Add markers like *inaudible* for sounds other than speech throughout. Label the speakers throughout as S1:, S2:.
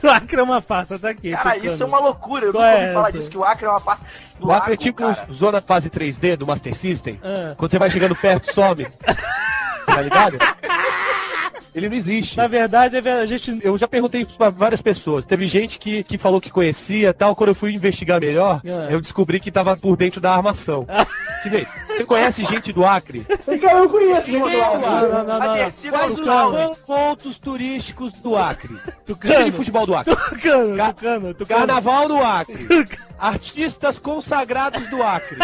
S1: *laughs* o Acre é uma pasta, tá aqui.
S2: Cara,
S1: clicando.
S2: isso é uma loucura. Eu
S1: Qual
S2: nunca
S1: é
S2: ouvi falar
S1: essa?
S2: disso, que o Acre é uma pasta. do
S3: O Acre é
S2: Acre,
S3: tipo
S2: cara.
S3: zona fase 3D do Master System.
S1: Ah.
S3: Quando você vai chegando perto, some. tá ligado? Ele não existe.
S1: Na verdade, é verdade, a gente
S3: Eu já perguntei isso pra várias pessoas. Teve gente que, que falou que conhecia e tal. Quando eu fui investigar melhor,
S1: Ah.
S3: eu descobri que tava por dentro da armação. Que nem- Você conhece gente do Acre?
S4: Cara, eu conheço
S2: Sim,
S4: ninguém
S2: mano.
S4: lá.
S1: um Não, não, não, um não.
S2: A Dercy
S3: Quais os
S2: Gonçalves.
S3: pontos turísticos do Acre? Time de
S1: Tucano.
S3: futebol do Acre.
S1: Tucano,
S3: Ca-
S1: tucano, tucano.
S3: Carnaval do Acre. Artistas consagrados do Acre.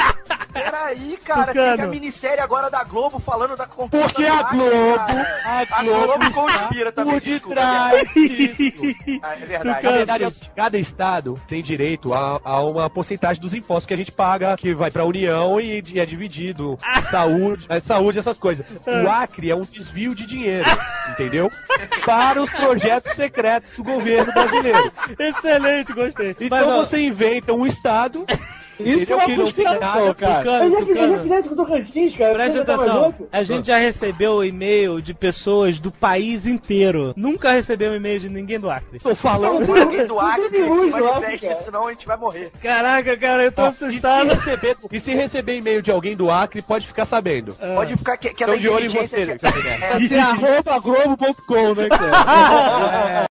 S2: Peraí, cara, tem a
S1: Tucano.
S2: minissérie agora da Globo falando da conquista
S3: Porque
S2: do
S3: a
S2: Acre,
S3: Globo,
S2: cara.
S3: a
S2: A Globo
S3: Globo
S2: conspira
S3: está
S2: também,
S3: por
S2: desculpa,
S3: detrás disso.
S2: Ah, é verdade.
S3: Na
S1: Tucano.
S3: verdade, assim, cada estado tem direito a, a uma porcentagem dos impostos que a gente paga, que vai pra União e, e é dividido. Saúde, é, saúde, essas coisas. O Acre é um desvio de dinheiro, entendeu? Para os projetos secretos do governo brasileiro.
S1: *laughs* Excelente, gostei. Mas,
S3: Então
S1: ó,
S3: você inventa um estado,
S4: Isso é
S3: entendeu?
S4: uma
S3: Que não tem
S4: conspiração,
S3: nada,
S4: cara.
S1: Tucano,
S4: Eu já fiz, eu já
S1: Tucano.
S4: fiz isso com o Tocantins, cara.
S1: Presta
S4: Você tá mais
S1: atenção,
S4: louco?
S1: a gente já recebeu e-mail de pessoas do país inteiro. Nunca recebeu um e-mail de ninguém do Acre.
S3: Tô falando.
S2: Tem Alguém do Acre
S4: Não tem
S2: se
S4: luz,
S2: manifesta,
S4: cara.
S2: senão a gente vai morrer.
S1: Caraca, cara, eu tô
S3: Ó, e, se
S1: assustado.
S3: receber, e se receber e-mail de alguém do Acre, pode ficar sabendo.
S1: Ah.
S2: Pode ficar que, É, que é da
S3: Então de olho em
S2: inteligência
S3: você,
S2: que-
S3: Jovem Nerd.
S2: É,
S4: Tem arroba globo.com, né, cara?